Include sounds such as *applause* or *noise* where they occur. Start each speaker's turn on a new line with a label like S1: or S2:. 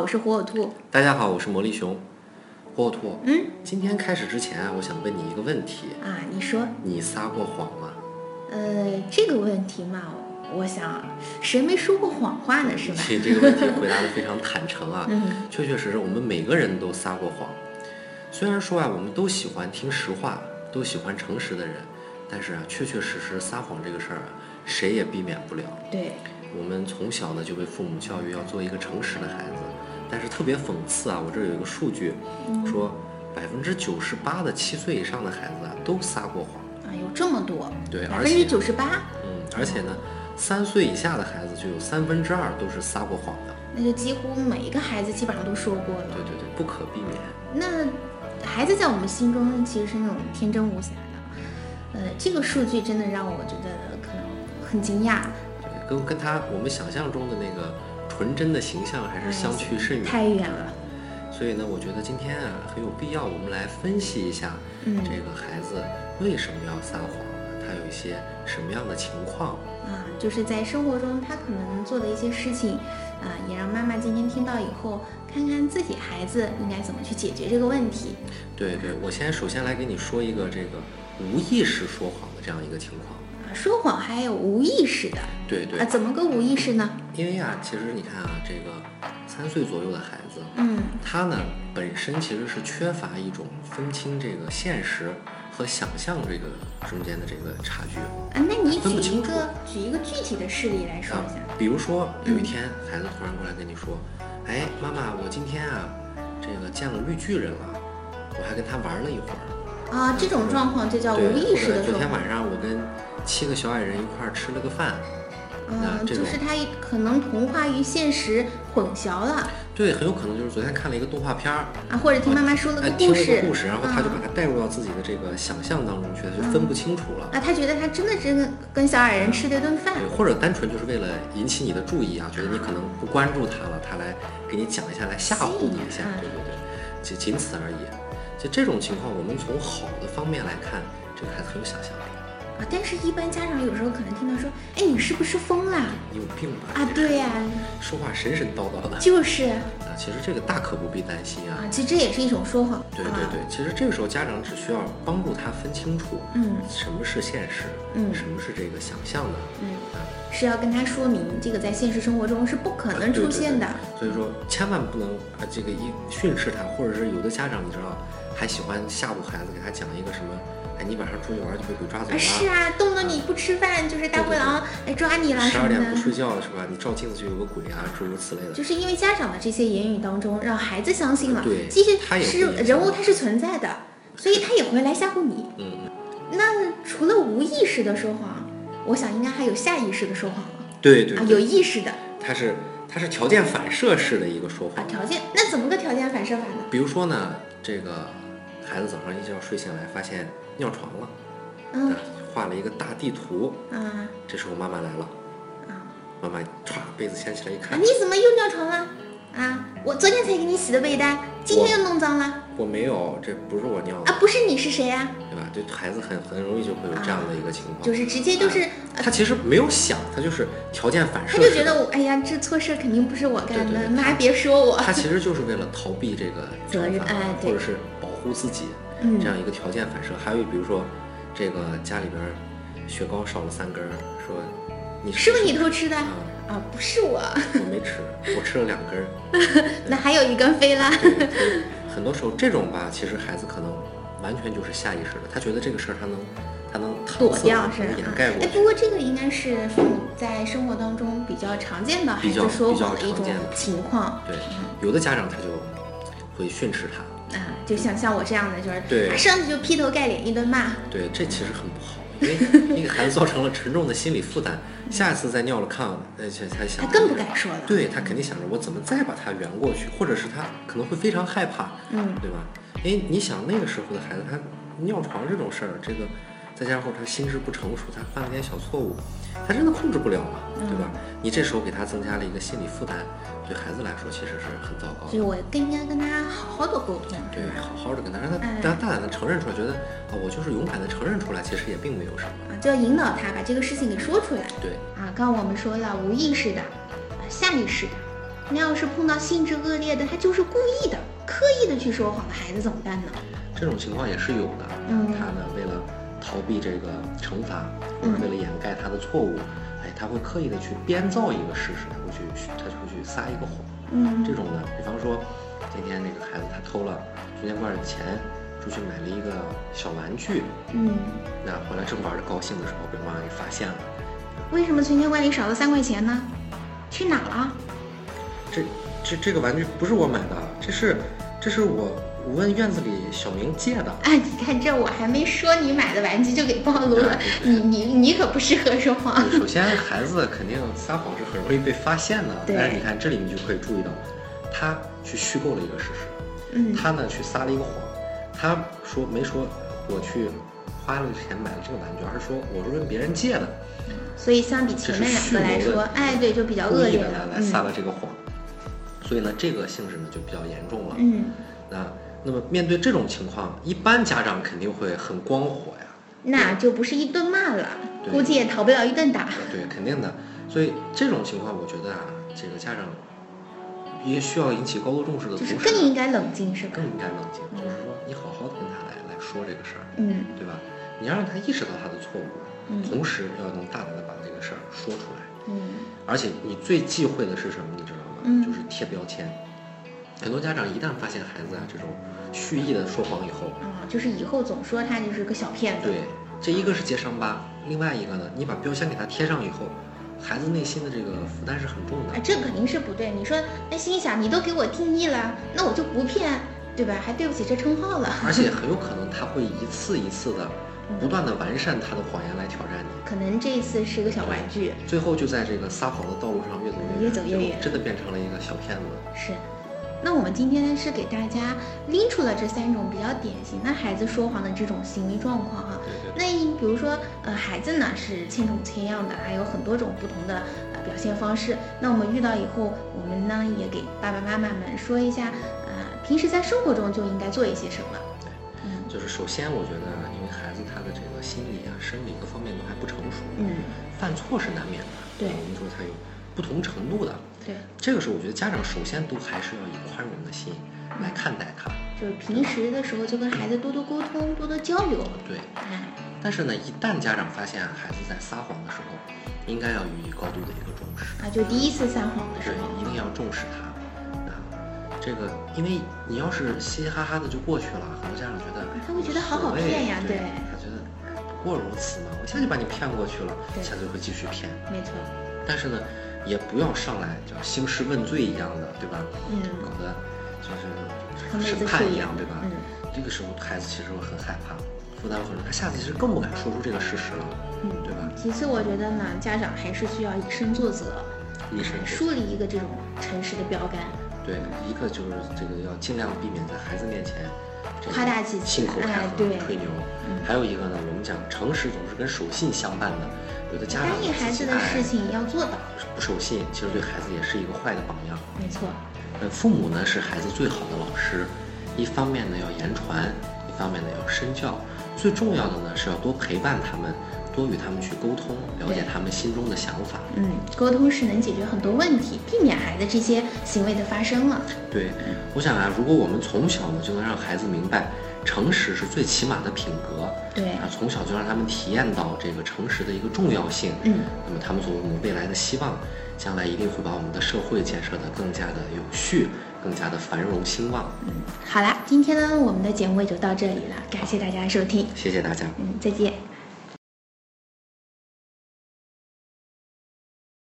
S1: 我是火火兔。
S2: 大家好，我是魔力熊。火火兔，
S1: 嗯
S2: 今天开始之前啊，我想问你一个问题：
S1: 啊，你说，
S2: 你撒过谎吗？
S1: 呃，这个问题嘛，我想谁没说过谎话呢，是吧？
S2: 这这个问题回答的非常坦诚啊，
S1: *laughs* 嗯
S2: 确确实实，我们每个人都撒过谎。虽然说啊，我们都喜欢听实话，都喜欢诚实的人，但是啊，确确实实撒谎这个事儿啊，谁也避免不了。
S1: 对，
S2: 我们从小呢就被父母教育要做一个诚实的孩子，但是特别讽刺啊，我这儿有一个数据，
S1: 嗯
S2: 说百分之九十八的七岁以上的孩子啊都撒过谎。
S1: 啊，有这么多，
S2: 对，
S1: 百
S2: 而
S1: 分之
S2: 且
S1: 九十八，
S2: 嗯，而且呢，三岁以下的孩子就有三分之二都是撒过谎的。
S1: 那就几乎每一个孩子基本上都说过
S2: 对
S1: 了。
S2: 对对，不可避免。
S1: 那孩子在我们心中其实是那种天真无瑕的，呃，这个数据真的让我觉得可能很惊讶，
S2: 对，跟跟他我们想象中的那个纯真的形象还是相去甚远。
S1: 哎太远了。
S2: 所以呢，我觉得今天啊很有必要，我们来分析一下
S1: 嗯
S2: 这个孩子为什么要撒谎，啊他有一些什么样的情况。
S1: 啊，就是在生活中他可能做的一些事情，啊，也让妈妈今天听到以后，看看自己孩子应该怎么去解决这个问题。
S2: 对对，我先首先来给你说一个这个无意识说谎的这样一个情况。
S1: 啊，说谎还有无意识的，
S2: 对对
S1: 啊，，怎么个无意识呢？
S2: 因为啊，其实你看啊，这个三岁左右的孩子，
S1: 嗯
S2: 他呢本身其实是缺乏一种分清这个现实和想象这个中间的这个差距
S1: 啊，那你
S2: 分
S1: 举
S2: 不
S1: 一
S2: 清
S1: 个举一个具体的事例来说
S2: 啊
S1: 一下。。
S2: 比如说有一
S1: 嗯
S2: 天，孩子突然过来跟你说：“哎，妈妈，我今天啊，这个见了绿巨人了，我还跟他玩了一会儿。”
S1: 啊，这种状况就叫
S2: 对，
S1: 无意识
S2: 或者
S1: 的
S2: 昨
S1: 说
S2: 天
S1: 谎，
S2: 晚上我跟七个小矮人一块儿吃了个饭，那
S1: 嗯，
S2: 这
S1: 就
S2: 种
S1: 是他可能童话与现实混淆了
S2: 对，很有可能就是昨天看了一个动画片儿，
S1: 啊，或者听妈妈说了
S2: 哎，
S1: 个
S2: 听
S1: 故
S2: 了一
S1: 事，
S2: 个故事，然后他就
S1: 嗯
S2: 把它带入到自己的这个想象当中去，他就分不清楚了。
S1: 啊，他觉得他真的真的跟小矮人吃了一顿饭
S2: 对，，或者单纯就是为了引起你的注意啊，觉得你可能不关注他了，他来给你讲一下，来吓唬你一下
S1: 嗯，
S2: 对对对，仅仅此而已。就这种情况，我们从好的方面来看，这个孩子很有想象力。
S1: 啊，但是，一般家长有时候可能听到说，哎，你是不是疯啦？
S2: 你有病吧？
S1: 啊，对呀、
S2: 说话神神叨叨的
S1: 就是
S2: 啊，其实这个大可不必担心
S1: 啊。，
S2: 啊
S1: 其实这也是一种说谎。啊
S2: 对对对，其实这个时候家长只需要帮助他分清楚，
S1: 嗯
S2: 什么是现实，
S1: 嗯
S2: 什么是这个想象的，
S1: 嗯啊，
S2: 啊，
S1: 是要跟他说明这个在现实生活中是不可能出现的。
S2: 所以说千万不能啊，这个一训斥他，或者是有的家长你知道还喜欢吓唬孩子，给他讲一个什么，哎，你晚上出去玩就被鬼抓走
S1: 啊，是
S2: 了。
S1: 啊，动了你不吃饭就是大灰狼来抓你了
S2: 十
S1: 什
S2: 二
S1: 么
S2: 点不睡
S1: 的。
S2: 觉是吧？你照镜子就有个鬼啊，诸如此类的。
S1: 啊就是因为家长的这些言语当中，让孩子相信了，
S2: 对
S1: 其实
S2: 他也
S1: 是
S2: 会
S1: 人物他是存在的，所以他也会来吓唬你。
S2: 嗯，嗯
S1: 那除了无意识的说谎，我想应该还有下意识的说谎了
S2: 对对
S1: 啊，有
S2: 对，
S1: 意识的
S2: 他是他是条件反射式的一个说
S1: 啊
S2: 谎。
S1: 条件，那怎么个条件反射法呢？
S2: 比如说呢，这个孩子早上一觉睡醒来发现尿床了，
S1: 嗯
S2: 啊画了一个大地图，
S1: 啊
S2: 这时候妈妈来了，
S1: 啊！
S2: 妈妈歘被子掀起来一
S1: 啊
S2: 看，
S1: 你怎么又尿床了？啊，我昨天才给你洗的被单，今天又弄脏了啊！
S2: 我没有，这不是我尿的。
S1: 不是你是谁啊？
S2: 对吧？对孩子很很容易就会有这样的一个情况，
S1: 就是直接就是，
S2: 他其实没有想，他就是条件反射
S1: 他
S2: 式的，
S1: 就觉得我哎呀，这错事肯定不是我干
S2: 对对
S1: 的，
S2: 对
S1: 妈别说我。
S2: 他其实就是为了逃避这个
S1: 责任
S2: 惩罚
S1: 哎对
S2: 或者是保护自己
S1: 嗯
S2: 这样一个条件反射。还有比如说，这个家里边儿雪糕少了三根儿，说你
S1: 是不是你
S2: 啊？
S1: 偷吃的？啊，不是我。 *laughs*
S2: 我没吃，我吃了两根儿。
S1: 那还有一根飞
S2: *laughs*
S1: 啦。
S2: 对对很多时候这种吧，其实孩子可能完全就是下意识的，他觉得这个事儿他能他能搪
S1: 躲
S2: 塞
S1: 掉
S2: 过
S1: 是
S2: 去
S1: 吧
S2: 能？掩
S1: 啊
S2: 盖过
S1: 哎，
S2: 去。
S1: 不过这个应该是父母在生活当中比较常见的孩
S2: 比
S1: 子
S2: 较
S1: 说
S2: 比较
S1: 谎的一
S2: 常
S1: 种
S2: 见的
S1: 情况。
S2: 对，有的家长他就会训斥他，
S1: 啊，就像像我这样的，就是
S2: 对
S1: 啊上去就劈头盖脸一顿骂。
S2: 对，这其实很不好，
S1: *laughs*
S2: 因为一个孩子造成了沉重的心理负担，下一次再尿了炕，呃，他他想
S1: 他更不敢说了
S2: 对他肯定想着我怎么再把他圆过去，或者是他可能会非常害怕，
S1: 嗯，
S2: 对吧？因为你想那个时候的孩子，他尿床这种事儿，这个再加上他心智不成熟，他犯了点小错误，他真的控制不了嘛，对
S1: 嗯
S2: 吧？你这时候给他增加了一个心理负担，对孩子来说其实是很糟糕
S1: 所
S2: 的
S1: 以。我更应该跟他好好的沟通，
S2: 对
S1: 是，吧？
S2: 好好的跟他，让他
S1: 哎
S2: 让他大胆的承认出来，觉得啊，我就是勇敢的承认出来，其实也并没有什
S1: 啊，
S2: 么。
S1: 就要引导他把这个事情给说出来
S2: 对，
S1: 啊。刚刚我们说了无意识的，啊下意识的，那要是碰到性质恶劣的，他就是故意的、刻意的去说谎的孩子怎么办呢？
S2: 这种情况也是有的。啊
S1: 嗯
S2: 他呢为了逃避这个惩罚，或者为
S1: 嗯
S2: 了掩盖他的错误，哎，他会刻意的去编造一个事实，他会去他就会去撒一个谎。
S1: 嗯
S2: 这种呢，比方说今天那个孩子他偷了存钱罐的钱，出去买了一个小玩具，
S1: 嗯，
S2: 那回来正玩的高兴的时候被妈妈给发现了。
S1: 为什么存钱罐里少了三块钱呢？去哪儿了？
S2: 这这这个玩具不是我买的，这是这是我我问院子里小明借
S1: *laughs*
S2: 的。
S1: 哎，你看这我还没说你买的玩具就给暴露
S2: *laughs*
S1: 了，
S2: 对
S1: 你你你可不适合说谎。
S2: 首先，孩子肯定撒谎是很容易被发现的，
S1: 对
S2: 但是你看这里你就可以注意到，他去虚构了一个事实，
S1: 嗯
S2: 他呢去撒了一个谎，他说没说我去花了钱买了这个玩具，而是说我是问别人借的，
S1: 所以相比前面两个来
S2: 这是蓄谋
S1: 说
S2: 的，
S1: 哎，对，就比较
S2: 故
S1: 恶
S2: 意
S1: 劣
S2: 的
S1: 了
S2: 来。来撒
S1: 嗯
S2: 了这个谎，所以呢，这个性质呢就比较严重了。
S1: 嗯，
S2: 那那么面对这种情况，一般家长肯定会很光火呀，
S1: 那就不是一顿骂了，
S2: 对
S1: 估计也逃不了一顿打。
S2: 对，肯定的。所以这种情况，我觉得啊，这个家长也需要引起高度重视的
S1: 就
S2: 同
S1: 是
S2: 时，
S1: 更应该冷静，是吧
S2: 更？应该冷静，就是说你好好的跟他来来说这个事儿，
S1: 嗯
S2: 对吧？你要让他意识到他的错误，
S1: 嗯
S2: 同时要能大胆的把这个事儿说出来。
S1: 嗯
S2: 而且你最忌讳的是什么？你知道吗？
S1: 嗯
S2: 就是贴标签。很多家长一旦发现孩子啊这种蓄意的说谎以后，
S1: 啊，就是以后总说他就是个小骗子。
S2: 对，这一个是揭伤疤，另外一个呢，你把标签给他贴上以后，孩子内心的这个负担是很重的
S1: 啊，。这肯定是不对。你说，那心想你都给我定义了，那我就不骗，对吧？还对不起这称号了。
S2: 而且很有可能他会一次一次的不断的完善他的谎言来挑战你，
S1: 可能这一次是个小玩具，
S2: 最后就在这个撒谎的道路上越走
S1: 越
S2: 越
S1: 走越
S2: 最后
S1: 远
S2: 真的变成了一个小骗子。
S1: 是。那我们今天是给大家拎出了这三种比较典型的孩子说谎的这种行为状况啊哈、
S2: 对对对
S1: 那比如说，呃，孩子呢是千种千样的，还有很多种不同的呃表现方式。那我们遇到以后，我们呢也给爸爸妈妈们说一下，呃，平时在生活中就应该做一些什么。嗯
S2: 就是首先我觉得，因为孩子他的这个心理啊、生理各方面都还不成熟，
S1: 嗯，
S2: 犯错是难免的。
S1: 对
S2: 我们说他有不同程度的，
S1: 对，
S2: 这个是我觉得家长首先都还是要以宽容的心来看待他。
S1: 就是平时的时候就跟孩子多多沟通，多多交流。
S2: 对，
S1: 哎，
S2: 但是呢，一旦家长发现孩子在撒谎的时候，应该要予以高度的一个重视。
S1: 啊，就第一次撒谎的时
S2: 对，
S1: 候，
S2: 一定要重视它。那这个，因为你要是嘻嘻哈哈的就过去了，很多家长觉得，哎
S1: 啊他会觉得好好
S2: 无所谓
S1: 骗呀
S2: 对
S1: 对，
S2: 他觉得哎不过如此嘛，我一下就把你骗过去了，
S1: 对
S2: 下次就会继续骗。
S1: 没错，
S2: 但是呢，也不要上来就兴师问罪一样的，对吧？
S1: 嗯
S2: 搞得就是
S1: 和
S2: 像
S1: 妹
S2: 审
S1: 子
S2: 判
S1: 说
S2: 一样，对吧？
S1: 嗯
S2: 这个时候孩子其实会很害怕，负担会很重，他下次其实更不敢说出这个事实了，
S1: 嗯
S2: 对吧？
S1: 其次，我觉得呢，家长还是需要以身作则，
S2: 以身作则
S1: 树立一个这种诚实的标杆。
S2: 对，一个就是这个要尽量避免在孩子面前这个
S1: 夸大其词
S2: 信口开
S1: 哎
S2: 河、
S1: 对
S2: 吹牛。
S1: 嗯
S2: 还有一个呢，我们讲诚实总是跟守信相伴的，有的家长
S1: 答应孩子的事情要做到，
S2: 哎不守信，其实对孩子也是一个坏的榜样。
S1: 没错，
S2: 呃，父母呢是孩子最好的老师，一方面呢要言传，一方面呢要身教，最重要的呢是要多陪伴他们，多与他们去沟通，了解
S1: 对
S2: 他们心中的想法。
S1: 嗯，沟通是能解决很多问题，避免孩子这些行为的发生了。
S2: 对，
S1: 嗯
S2: 我想啊，如果我们从小呢就能让孩子明白，诚实是最起码的品格，
S1: 对
S2: 啊，从小就让他们体验到这个诚实的一个重要性，
S1: 嗯，
S2: 那么他们作为我们未来的希望，将来一定会把我们的社会建设得更加的有序，更加的繁荣兴旺。
S1: 嗯，好啦，今天呢，我们的节目也就到这里了，感谢大家的收听，
S2: 谢谢大家。
S1: 嗯，再见。